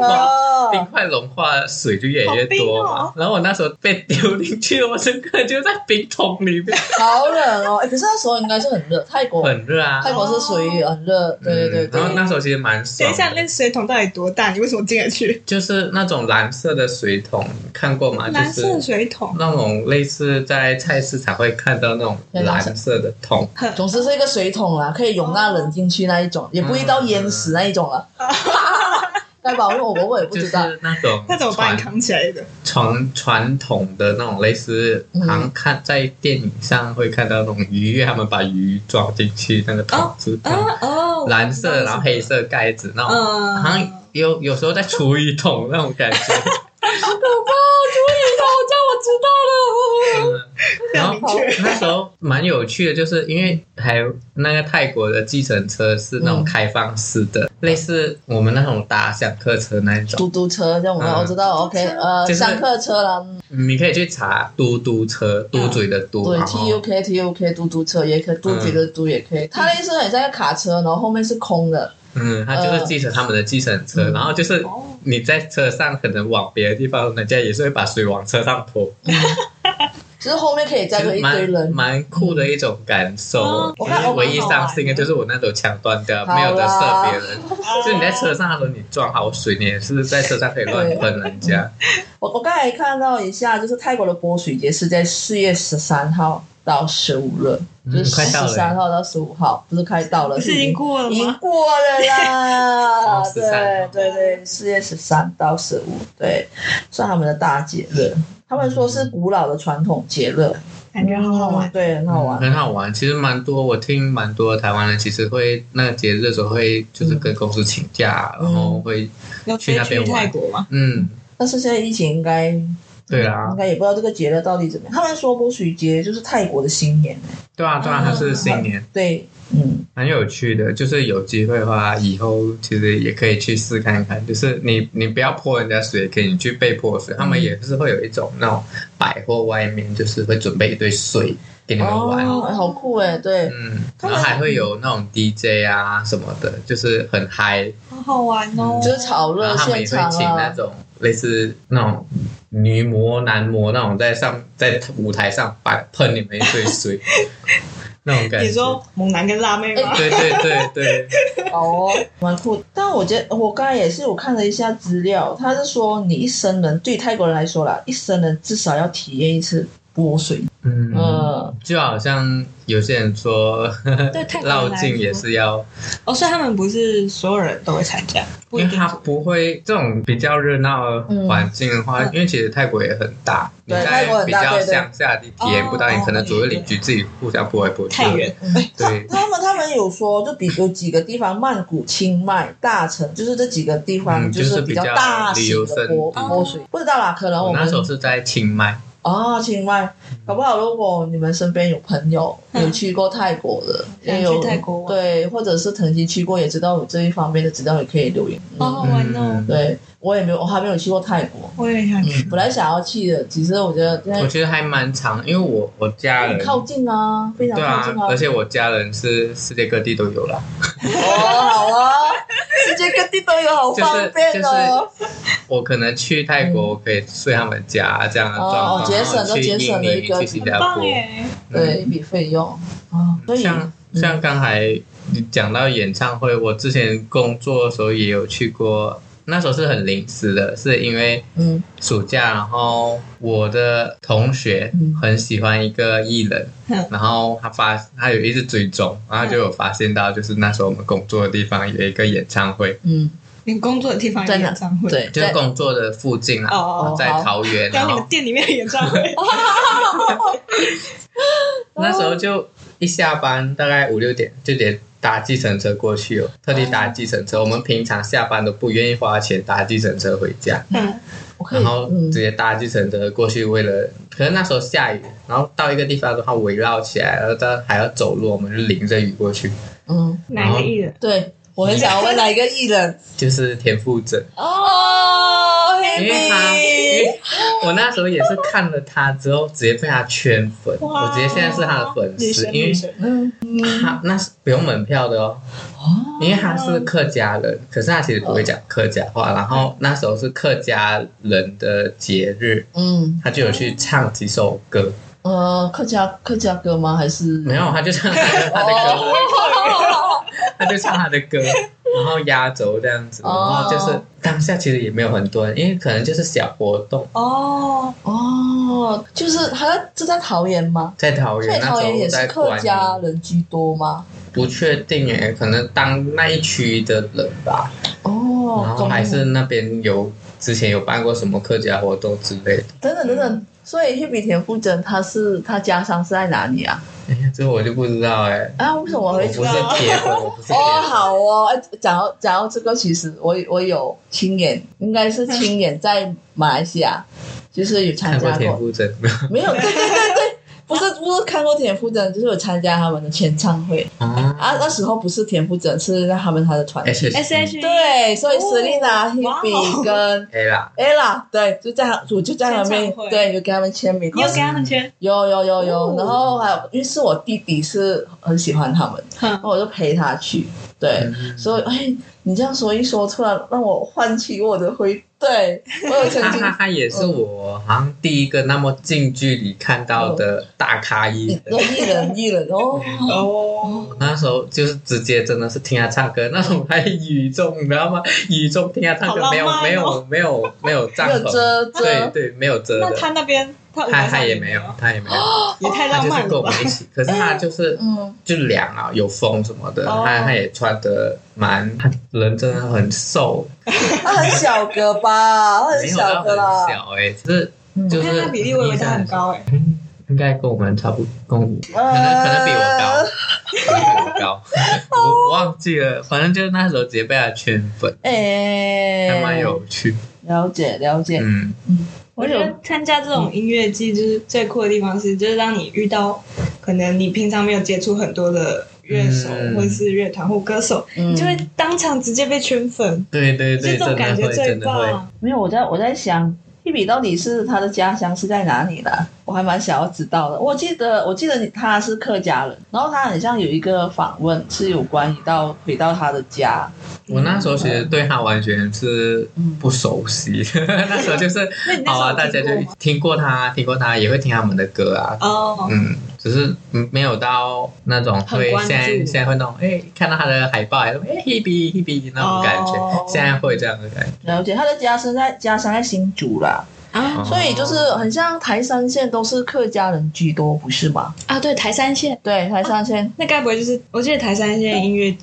哦！冰块融 Oh my 化， God 冰块融化水就越来越多好冰嘛哦。然后我那时候被丢进去，我整个人就在冰桶里面，好冷哦。哎，可是那时候应该是很热，泰哦国很热啊。泰国是属于很热，对对对嗯然后对。那时候其实蛮爽等的。一下，那水桶到底多大？你为什么进得去？就是那种蓝色的水桶，看过吗？蓝色就的是水桶，那种类似在菜市场会看到那种蓝色的桶，很总之是一个水桶啦，可以容纳人进去那一种，也不会到淹死那一种了。 该吧？因为我我我也不就知 道。是那 种那怎么把你传扛起来的？传传统的那种类似，嗯好像看在电影上会看到那种鱼，他们把鱼装进去那个桶子，啊哦，嗯蓝色然后黑色盖子那种，嗯，好像有有时候在厨余桶那种 感觉，我嗯非常明确。 那时候蛮有趣的，就是因为还那个泰国的计程车是嗯那种开放式的，类似我们那种打响客车那一种。嘟嘟车这样我嗯我知道，OK，呃，就是上课车啦，嗯你可以去查嘟嘟车，嘟嘴的嘟，对然，T U 后 K T U K 嘟嘟车也可以，嘟嘴的嘟也可以。它那是很像一个卡车，然后后面是空的，嗯，它就是继承他们的计程车，嗯然后就是哦你在车上可能往别的地方，人家也是会把水往车上泼，就是后面可以载其着实一堆蛮人。哦蛮酷的一种感受嗯。我其看实唯一伤心的就是我那手枪断掉，没有得射别人。就你在车上的时候，你装好水，你也是在车上可以乱喷人家。我我刚才看到一下，就是泰国的泼水节是在四月十三号到十五日，嗯 就是快到十了三号到十五号，不是快到了，不哦是已经过了已经吗？过了啦 哦，对13对对，四月十三到十五，对，算他们的大节日。他们说是古老的传统节日，感觉好好玩嗯。对，很好玩。很好玩。其实蛮多，我听蛮多台湾人其实会那个节日的时候会就是跟公司请假，嗯然后会有去那边去泰玩。国吗？嗯，但是现在疫情应该对啊应，该也不知道这个节日到底怎么样。他们说泼水节就是泰国的新年，对啊，对啊，它是新年，对，嗯，蛮有趣的。就是有机会的话，以后其实也可以去试看看。就是你你不要泼人家水，可以你去被泼水。他们也是会有一种那种百货外面就是会准备一堆水给你们玩。哦，哎好酷哎，对，嗯，然后还会有那种 DJ 啊什么的，就是很嗨，好好玩嗯哦，就是炒然后热他们现也会场请那啊，种类似那种女模男模那种在上在舞台上摆喷你们一堆 水，那种感觉。你说猛男跟辣妹吗？对对对对， 哦，蛮酷。但我觉得我刚才也是有看了一下资料，他是说你一生人对泰国人来说啦，一生人至少要体验一次泼水，嗯，嗯，就好像有些人说，对泰国人来绕说境也是要，哦，所以他们不是所有人都会参加，不因一为定它不会这种比较热闹的环境的话，嗯因为其实泰国也很大，你对泰在国很比大较对对乡下地体验不到，哦你可能左右邻居自己互相拨来拨去，太远。嗯哎对，他们他们有说，就比有几个地方，曼谷、清迈、大城，就是这几个地方，嗯就是是较比较大旅游型的胜泼地哦泼水。不知道啦，可能我哦我那时候们是在清迈，哦，清迈，搞不好如果你们身边有朋友嗯有去过泰国的，想也有去泰国玩对，或者是曾经去过，也知道有这一方面的资料，也可以留言。好嗯，好玩哦嗯！对我也没有，我还没有去过泰国，我也想去，嗯，本来想要去的，其实我觉得因我为觉得还蛮长，因为我我家人很靠近啊，非常对靠啊近啊，，而且我家人是世界各地都有啦。 哦，好啊，世界各地都有，好就是嗯方便哦。我可能去泰国，我可以睡他们家这样的状嗯哦况，节省然后都去节省印了一尼、个去新很加棒坡，耶！对，一笔费用啊，所以嗯像像刚才你讲到演唱会，我之前工作的时候也有去过，那时候是很临时的，是因为嗯暑假，然后我的同学嗯很喜欢一个艺人，嗯然后他发他有一直追踪，然后就有发现到，就是那时候我们工作的地方有一个演唱会， 嗯，你工作的地方有演唱会，对，就是在工作的附近啊，哦，在好桃园，然刚刚你后们店里面的演唱 会，那时候就一下班大概五六点就得搭计程车过去哦，特地搭计程车。我们平常下班都不愿意花钱搭计程车回家，嗯，我可以然后嗯直接搭计程车过去，为了可能那时候下雨，然后到一个地方的话围绕起来，然后到还要走路，我们就淋着雨过去，嗯，哪一个艺人？对我很想要问哪一个艺人就是田馥甄。哦因为他，因，Henry，为我那时候也是看了他之后，直接被他圈粉，哇我直接现在是他的粉女丝，神因为女神，嗯，他那是不用门票的哦，哦，因为他是客家人，可是他其实不会讲客家话。然后那时候是客家人的节日，嗯，他就有去唱几首歌，呃，客家客家歌吗？还是没有，他就唱他的他的歌，哦，他就唱他的 歌，然后压轴这样子，然后就是哦当下其实也没有很多人，因为可能就是小活动，哦，哦，就是好像这在桃园吗？在桃所以园那桃时园候也在是客关家人居多吗？不确定诶，可能当那一区的人吧，哦，然后懂还是那边有之前有办过什么客家活动之类的。等等等等，所以 Hebe 田馥甄他是他家乡是在哪里啊？哎呀， 这我就不知道哎、啊，为什么我我会不知是道？铁粉，我不是铁哦，粉。好哦，哎，讲到讲到这个，其实我我有亲眼，应该是亲眼在马来 西亚，就是有参看过加田过，馥甄没有？没有，对对对对，不是不是看过田馥甄，就是有参加他们的签唱会 啊啊，那时候不是田馥甄，是他们他的团体， ，H S H E 对，所以 Selina、哇哦 Hebe 跟 A 啦， Ella，对，就在他我就在他签们唱会对，就给他们签名，你有给他们签？有有有有哦，然后还有，因为是我弟弟是很喜欢他们，嗯然后我就陪他去，对，嗯所以哎，你这样说一说，突然让我唤起我的回，对我有曾哈 经哈哈，也是我好像第一个那么近距离看到的大咖艺人。有艺人艺人哦，哦，那时候就是直接真的是听他唱歌，那时候我还语中，你知道吗？语中听他唱歌，好没有浪漫哦没有没有没有没帐有篷，遮对遮，对，没有遮那的。他那边他舞他台他上也没有，他也没有，也太他哦浪就是漫跟了我吧们？一起。可是他就是嗯，就凉啊，有风什么的，哦他他也穿的蛮，他人真的很瘦，他很小个吧，他很没有到小很个啦，嗯小哎、只是就我看是他比例，我以为他很高哎。应该跟我们差不多，跟我们可呃可能可能比 我高，可能比我高，哦我我忘记了，反正就是那时候直接被他圈粉，哎，还蛮有趣，了解了解，嗯，我觉欸得参加这种音乐季就是最酷的地方是，就是让你遇到可能你平常没有接触很多的乐手嗯或者是乐团或歌手，嗯你就会当场直接被圈粉，对对就这对，种真的感觉会最真的会，棒。没有，我在我在想，一比到底是他的家乡是在哪里的？我还蛮想要知道的。我记得我记得你他是客家人，然后他很像有一个访问是有关于到回到他的家，我那时候其实对他完全是嗯不熟悉， 那时候就是 那你那时好候啊，有大家就听过吗听过他，听过他，也会听他们的歌啊。哦，嗯，只是没有到那种很会关现注在现在会那种哎、看到他的海报还说哎 Hebe Hebe 那种感觉，哦现在会这样的感觉。了解他的家是在家乡在新竹啦，啊所以就是很像台山县都是客家人居多，不是吗？啊，对，台山县，对，台山县，那该不会就是我记得台山县音乐，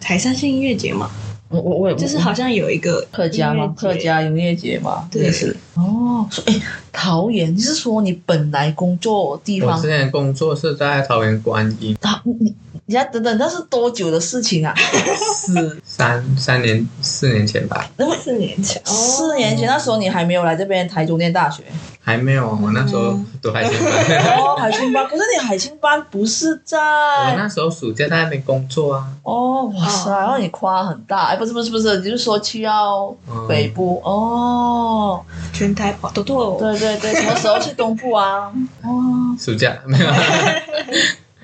台山县音乐节嘛，我我我也就是好像有一个嗯客家吗？音乐客节家音乐节吗？对也是哦，所以哎桃园，你是说你本来工作地我方，之前工作是在桃园观音啊，你你你要等等，那是多久的事情啊？四三 三年四年前吧，那么四年前，哦四年前那时候你还没有来这边台中念大学，还没有，我那时候嗯读海星班， 哦，海青班，可是你海青班不是我在那时候暑假在那边工作啊，哦，哇塞，哦然后你夸很大，哎，不是不是不是，你就是说去到嗯北部哦，全台跑都都，对 对对，什么时候去东部啊？哦，暑假没有。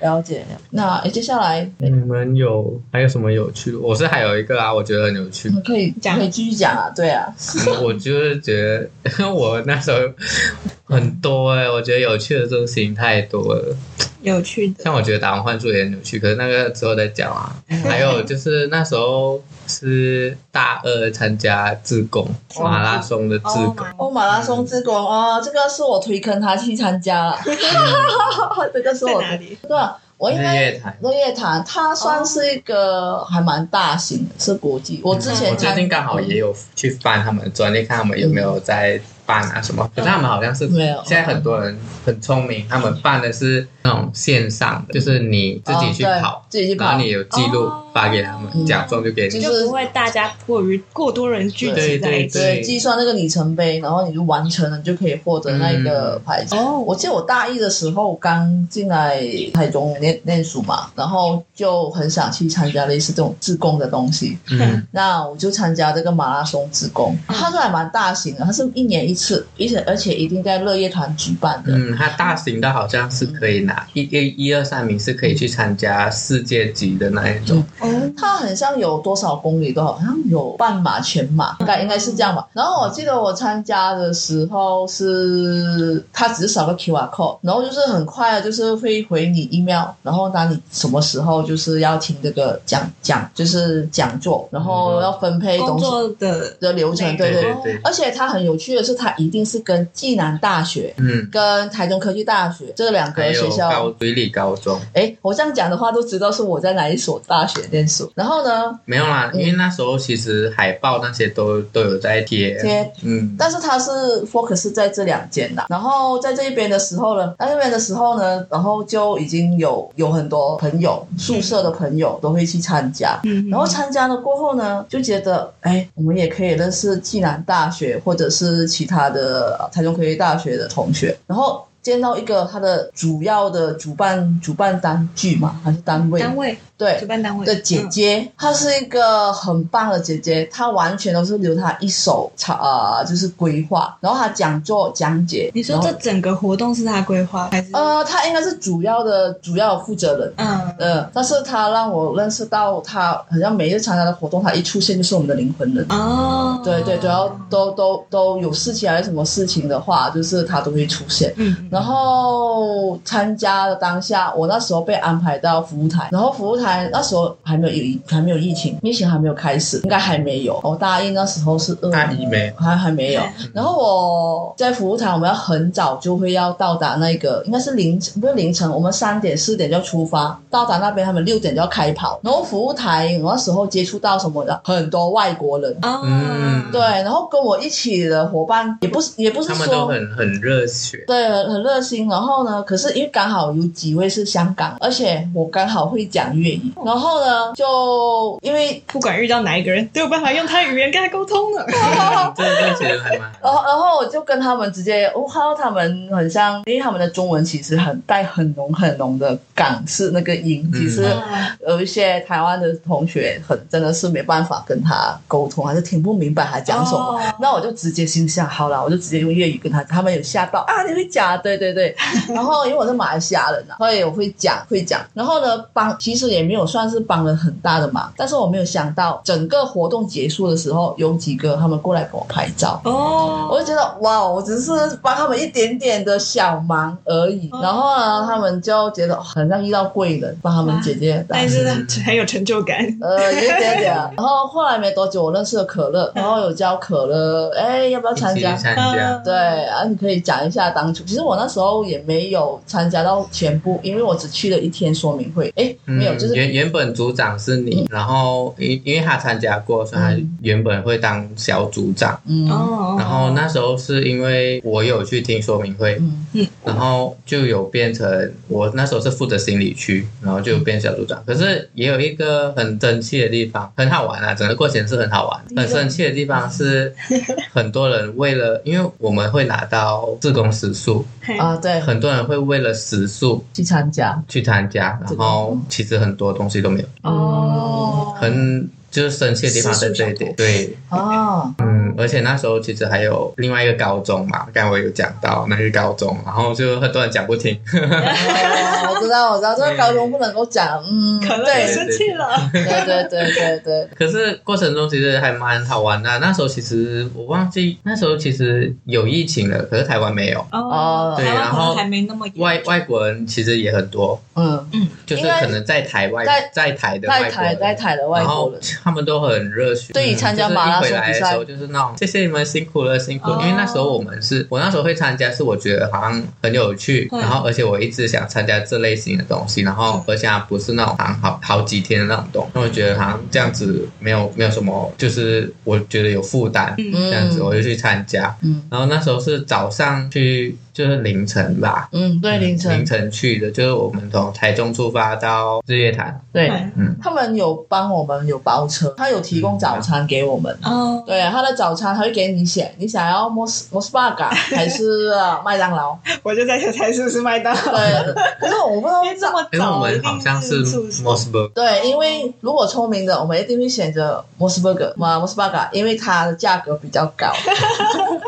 了解了。那哎，接下来你们有还有什么有趣的？我是还有一个啊，我觉得很有趣。你可以讲可以继续讲啊，对啊，嗯我就是觉得我那时候很多哎、我觉得有趣的这种事情太多了。有趣的像我觉得打完幻术也很有趣，可是那个之后再讲 啊。还有就是那时候是大二参加自贡哦马拉松的自哦贡，哦，马拉松之光哦，这个是我推坑他去参加 了，这个是在我哪里？对啊，我应日该月潭。乐乐坛，它算是一个还蛮大型的，是国际。我之嗯我前最参近刚好也有去翻他们的专利，看他们有没有在办啊什么，可是他们好像是嗯没有现在很多人很聪明，他们办的是那种线上的，就是你自己去哦对跑，自己去然跑后，你有记录哦发给他们，嗯奖状就给就你是。就不会大家过于过多人聚集在一起。对，计算那个里程碑，然后你就完成了，你就可以获得那嗯一个牌子。哦我记得我大一的时候刚进来台中念念书嘛，然后就很想去参加类似这种自贡的东西。嗯，那我就参加这个马拉松自贡，它是还蛮大型的，它是一年一次，而且而且一定在乐业团举办的。嗯，它大型的好像是可以拿一一一二三名是可以去参加世界级的那一种，哦，它很像有多少公里多少，好像有半马、全马，应该应该是这样吧。然后我记得我参加的时候是，它只是扫个 QR code，然后就是很快的，就是会回你 email，然后当你什么时候就是要听这个讲讲，就是讲座，然后要分配工东西作的的流程，对对对对。对，而且它很有趣的是，它一定是跟暨南大学、嗯，跟台中科技大学这两还个学有校高水里高中哎，我这样讲的话都知道是我在哪一所大学念书。然后呢，没有啦，因为那时候其实海报那些都都有在贴，贴嗯，但是它是 focus 在这两间啦。然后在这一边的时候呢，在这边的时候呢，然后就已经有有很多朋友，宿舍的朋友都会去参加。嗯，然后参加了过后呢，就觉得哎，我们也可以认识暨南大学或者是其他的呃台中科技大学的同学，然后见到一个他的主要的主办主办单据嘛，还是单位？嗯单位对主，办单位嗯的姐姐，她是一个很棒的姐姐，她完全都是留她一手操，呃，就是规划，然后她讲座讲解。你说然后这整个活动是他规划还是？呃，她应该是主要的主要负责人。嗯，呃，但是她让我认识到她，好像每日参加的活动，她一出现就是我们的灵魂人。哦，对对，主要都都都有事情还是什么事情的话，就是她都会出现。嗯，然后参加的当下，我那时候被安排到服务台，然后服务台那时候还没有疫，还没有疫情，疫情还没有开始，应该还没有。我大一那时候是二大一没有还还没有。然后我在服务台，我们要很早就会要到达那个，应该是凌晨不是凌晨，我们三点四点就要出发，到达那边他们六点就要开跑。然后服务台，我那时候接触到什么的，很多外国人。哦，嗯对，然后跟我一起的伙伴也不是也不是他说们都很很热 血，对，很很热心。然后呢，可是因为刚好有几位是香港，而且我刚好会讲粤语。然后呢，就因为，不管遇到哪一个人，都有办法用他的语言跟他沟通的。嗯这这其实还蛮好然后然后我就跟他们直接，我看到他们很像，因为他们的中文其实很带很浓很浓的港式那个音，其实。有一些台湾的同学很真的是没办法跟他沟通，还是听不明白他讲什么。哦那我就直接心想，好了，我就直接用粤语跟他，他们有吓到啊，你会讲啊，对对对。然后因为我是马来西亚人啊，所以我会讲会讲。然后呢，帮其实也没有算是帮了很大的忙，但是我没有想到整个活动结束的时候，有几个他们过来给我拍照。哦，我就觉得哇，我只是帮他们一点点的小忙而已，哦然后呢，他们就觉得很像遇到贵人，帮他们解决。但是很有成就感。呃，有一点点。然后后来没多久，我认识了可乐，然后有教可乐，哎，要不要一参起去加？参嗯加，对，啊，你可以讲一下当初。其实我那时候也没有参加到全部，因为我只去了一天说明会。哎，嗯没有，就是原原本组长是你，然后因因为他参加过，所以他嗯原本会当小组长。嗯哦，然后那时候是因为我有去听说明会，嗯然后就有变成我那时候是负责心理区，然后就有变小组长。可是也有一个很生气的地方，很好玩啊，整个过程是很好玩。很生气的地方是，很多人为了，因为我们会拿到自工时数，嘿啊，对，很多人会为了时数去参加去参加，然后其实很多东西都没有，哦，很就是生气的地方在这一点。对，啊，嗯，而且那时候其实还有另外一个高中嘛，刚才我有讲到那个高中，然后就很多人讲不听， 哦我知道，我知道，这个高中不能够讲，嗯，可乐也对，生气了。对对对对对，可是过程中其实还蛮好玩的。啊那时候其实我忘记，那时候其实有疫情了，可是台湾没有，哦对台湾然可能后还没那么严外外国人其实也很多，嗯，就是应该可能在台外在在台的在外国台人。在台的外然国后人，他们都很热血，对嗯参加马拉就松是一回来的时候比啊就是那棒，谢谢你们辛苦了，辛苦了。哦因为那时候我们是我那时候会参加，是我觉得好像很有趣，嗯然后而且我一直想参加这类型的东西，然后而且它不是那种好像好好几天的那种东西，那我觉得好像这样子没有没有什么，就是我觉得有负担，嗯这样子我就去参加。嗯然后那时候是早上去，就是凌晨吧。嗯，对，凌晨，凌晨去的，就是我们从台中出发到日月潭，对，对嗯，他们有帮我们有包车，他有提供早餐给我们。哦，对，他的早餐他会给你选，你想要莫斯莫斯巴嘎还是呃麦当劳？我就在想猜是不是麦当对劳，，可是哦我不知道因为这么因为我早一们定好像是住宿 Mossberg，对，因为如果聪明的，我们一定会选择 m o s b u r g e r 嘛 m o s b u r g e r 因为它的价格比较高。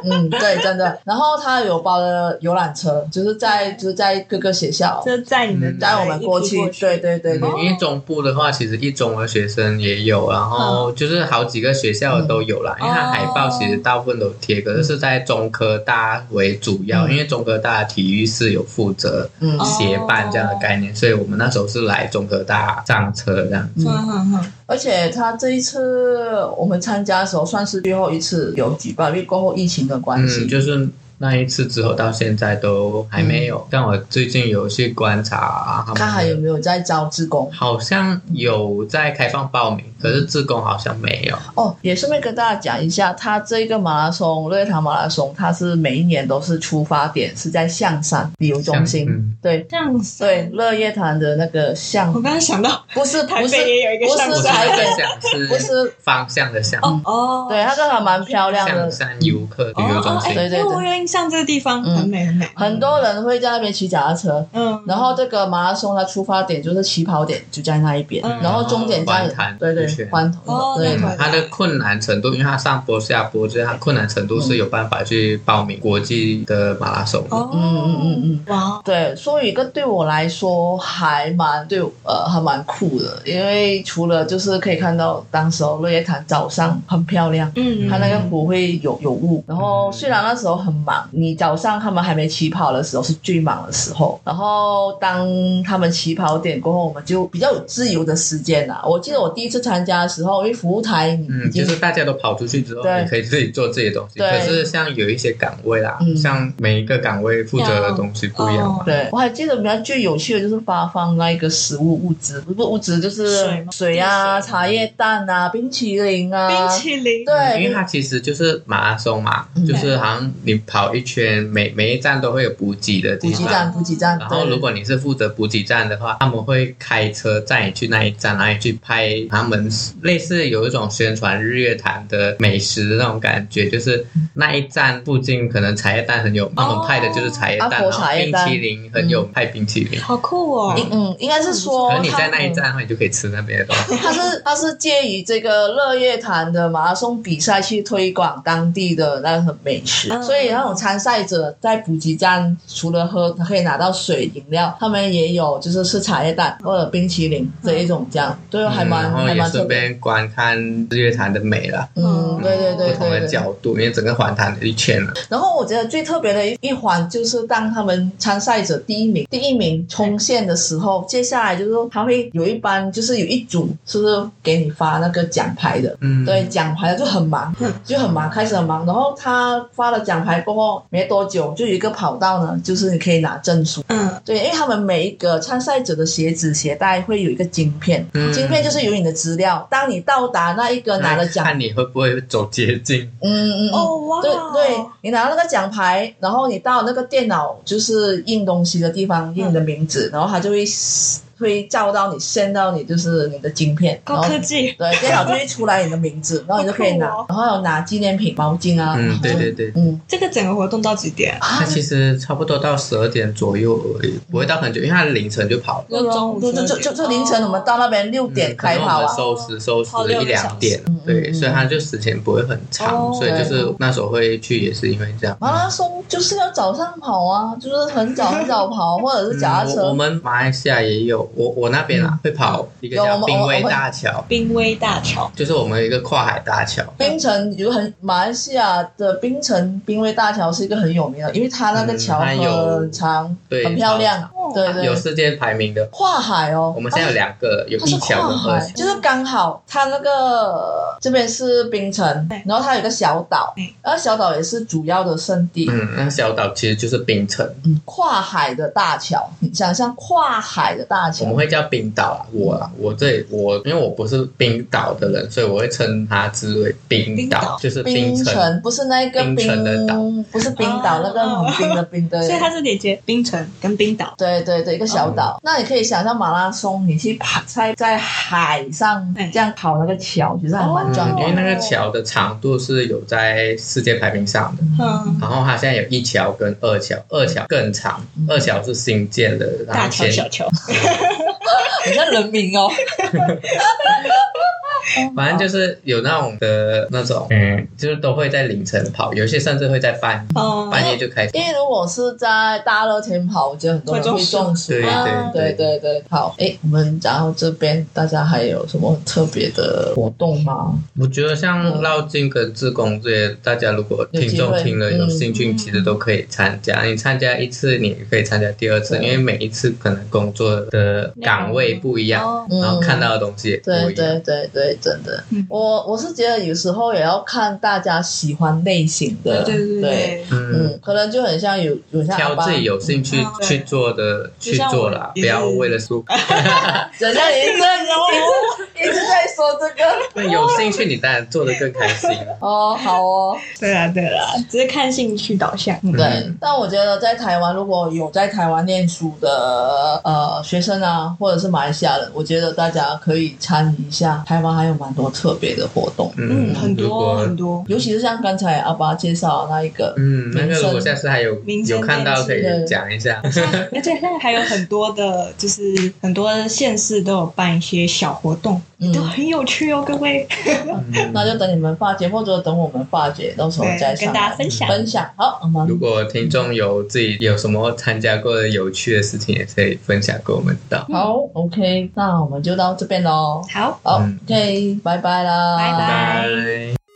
嗯，对，真的。然后它有包的游览车，就是在就是在各个学校就载你们嗯带我们过去。对对对对哦，因为中部的话，其实一中的学生也有，然后就是好几个学校都有啦。嗯因为它海报其实大部分都贴，可是是在中科大为主要，嗯因为中科大体育室有负责嗯哦协办这样的概念，所以我们那时候是来中科大上车这样。嗯。嗯嗯嗯，而且他这一次我们参加的时候，算是最后一次有举办，因为过后疫情的关系。嗯，就是那一次之后到现在都还没有。但我最近有去观察他们，他还有没有在招志工？好像有在开放报名，可是志工好像没有。哦，也顺便跟大家讲一下，他这个马拉松瑞塔马拉松，它是每一年都是出发点是在象山旅游中心，像嗯对这样子。啊对，，乐业堂的那 个象我，刚刚想到不是台不北是也有一个不上是山，台方北向是嗯不是，方向的向，哦哦，对，那个还蛮漂亮象的，山游客旅游中哦，哎，心。对嗯对因为我有印象这个地方嗯很美很美，很多人会在那边骑脚踏车，嗯，然后这个马拉松它出发点就是起跑点就在那一边，嗯然后终点在哦环潭对一对圈环哦那对嗯个，它的困难程度，因为它上坡下坡，就是它困难程度是有办法去报名国际的马拉松的。哦，嗯嗯嗯嗯，哇，对，所以一个对我来说还蛮对我呃还蛮酷的，因为除了就是可以看到当时候落叶潭早上很漂亮。嗯，它那个湖会有有雾，然后虽然那时候很忙，你早上他们还没起跑的时候是最忙的时候，然后当他们起跑点过后，我们就比较有自由的时间啦。我记得我第一次参加的时候，因为服务台已嗯，经就是大家都跑出去之后，对你可以自己做自己的东西。对可是像有一些岗位啦，嗯像每一个岗位负责的东西不一样哦嘛。对，我还记得比较最有趣的就是发放那一个食物物资，不是物资就是水吗水啊、水茶叶蛋啊、冰淇淋啊，冰淇淋，对，因为它其实就是马拉松嘛，嗯就是好像你跑一圈，每每一站都会有补给的补地给方。站、补给站，然对后，如果你是负责补给站的话，他们会开车载你去那一站，然后你去拍他们类似有一种宣传日月潭的美食的那种感觉，就是嗯那一站附近可能茶叶蛋很有，他们派的就是茶叶蛋，阿然婆后茶叶冰蛋淇淋很嗯有派冰淇淋。好酷哦，应嗯，应该是说可能你在那一它。站的话，你就可以吃那边的东西。它是它是介于这个乐业坛的马拉松比赛去推广当地的那个美食，嗯所以那种参赛者在补给站除了喝可以拿到水饮料，他们也有就是吃茶叶蛋或者冰淇淋这一种这样，对，还嗯蛮然后还也蛮特顺别。便观看日月潭的美啦，嗯，对对对不同对的对。角度，因为整个环潭的一圈啊了。然后我觉得最特别的一一环就是当他们参赛者第一名第一名冲线的时候，接下来就是说他会有一班就是有一组是不是给你发那个奖牌的。嗯，对，奖牌就很忙，就很忙，开始很忙。然后他发了奖牌过后没多久，就有一个跑道呢，就是你可以拿证书。嗯，对，因为他们每一个参赛者的鞋子、鞋带会有一个晶片，嗯晶片就是有你的资料。当你到达那一个拿了奖，看你会不会走捷径。嗯嗯嗯，哦哇，对对，你拿到那个奖牌，然后你到那个电脑就是印东西的地方印你的名字，然后它就会会照到你，现到你就是你的晶片，然高后科技，对电脑就会出来你的名字，然后你就可以拿，好酷哦然后还有拿纪念品、毛巾啊，嗯，对对对。嗯这个整个活动到几点？啊嗯它，其实差不多到十二点左右而已，不会到很久，因为它凌晨就跑了。就中午就就就就就凌哦晨我们到那边六点开跑嗯，啊可能我们收拾收跑拾六一个两点，对，嗯嗯所以它就时间不会很长，哦所以就是那时候会去，也是因为这样。嗯马拉松就是要早上跑啊，就是很早很早跑，或者是脚踏嗯我我车。们马来西亚也有我我那边啊，会跑一个有我叫们滨我威我们大桥，濒危大桥，就是我们有一个跨海大桥。槟城有很马来西亚的槟城槟威大桥是一个很有名的，因为它那个桥嗯它有很长，对很漂亮超，对对有世界排名的，跨海哦，我们现在有两个，有它一是桥跨跟二海，桥。就是刚好它那个这边是冰城对，然后它有个小岛对，然后小岛也是主要的圣地。嗯，那小岛其实就是冰城，嗯跨海的大桥，你想象跨海的大我桥们，会叫冰岛啊。我啊，我这里我因为我不是冰岛的人，所以我会称它之为冰冰岛，岛就是冰冰城不是那个冰城的岛冰，不是冰岛哦那个很冰的冰的。所以它是连接冰城跟冰岛。对对对，一个嗯小岛。那你可以想象马拉松，你去爬在在海上对这样跑那个桥，其实还蛮嗯壮因为观的。那个桥的长度是有在世界排名上的，嗯，然后它现在有一桥跟二桥，二桥更长，嗯二桥是新建的，然大后桥前小桥，很像人名 哦。反正就是有那种的那种，嗯，就是都会在凌晨跑，有些甚至会在半嗯，半夜就开始。因为如果是在大热天跑，我觉得很多人会中暑。对啊对对对对，好，诶，我们然后这边大家还有什么特别的活动吗？我觉得嗯像绕境跟自贡这些，大家如果听众听了有机会有嗯兴趣，其实都可以参加。嗯你参加一次，你可以参加第二次，因对为每一次可能工作的岗位不一样，哦，嗯，然后看到的东西也不对一样。对对对，真的嗯，我我是觉得有时候也要看大家喜欢类型的，对对对，嗯，嗯，可能就很像有有像挑自己有兴趣嗯对去做的去做啦，不就像我要也是为了说，人家一直哦一直在说这个那有兴趣你当然做的更开 心了。哦，好哦，对啊对啊，只是看兴趣导向。对。嗯但我觉得在台湾，如果有在台湾念书的呃学生啊，或者是马来西亚人，我觉得大家可以参与一下。台湾还有蛮多特别的活动，嗯，很如多果很多，尤其是像刚才阿巴介绍啊的那一个，嗯，那个如果民生下次还有民生有看到可以电视讲 一下，而且现在还有很多的，就是很多县市都有办一些小活动，嗯都很有趣哦，各位。嗯那就等你们发掘，或者等我们发掘，到时候再对，上跟来大家分享。分享。好，我如们果听众有自己有什么参加过的有趣的事情，也可以分享给我们知道。好，OK，那我们就到这边喽。好。好嗯，OK，拜拜啦，拜拜拜。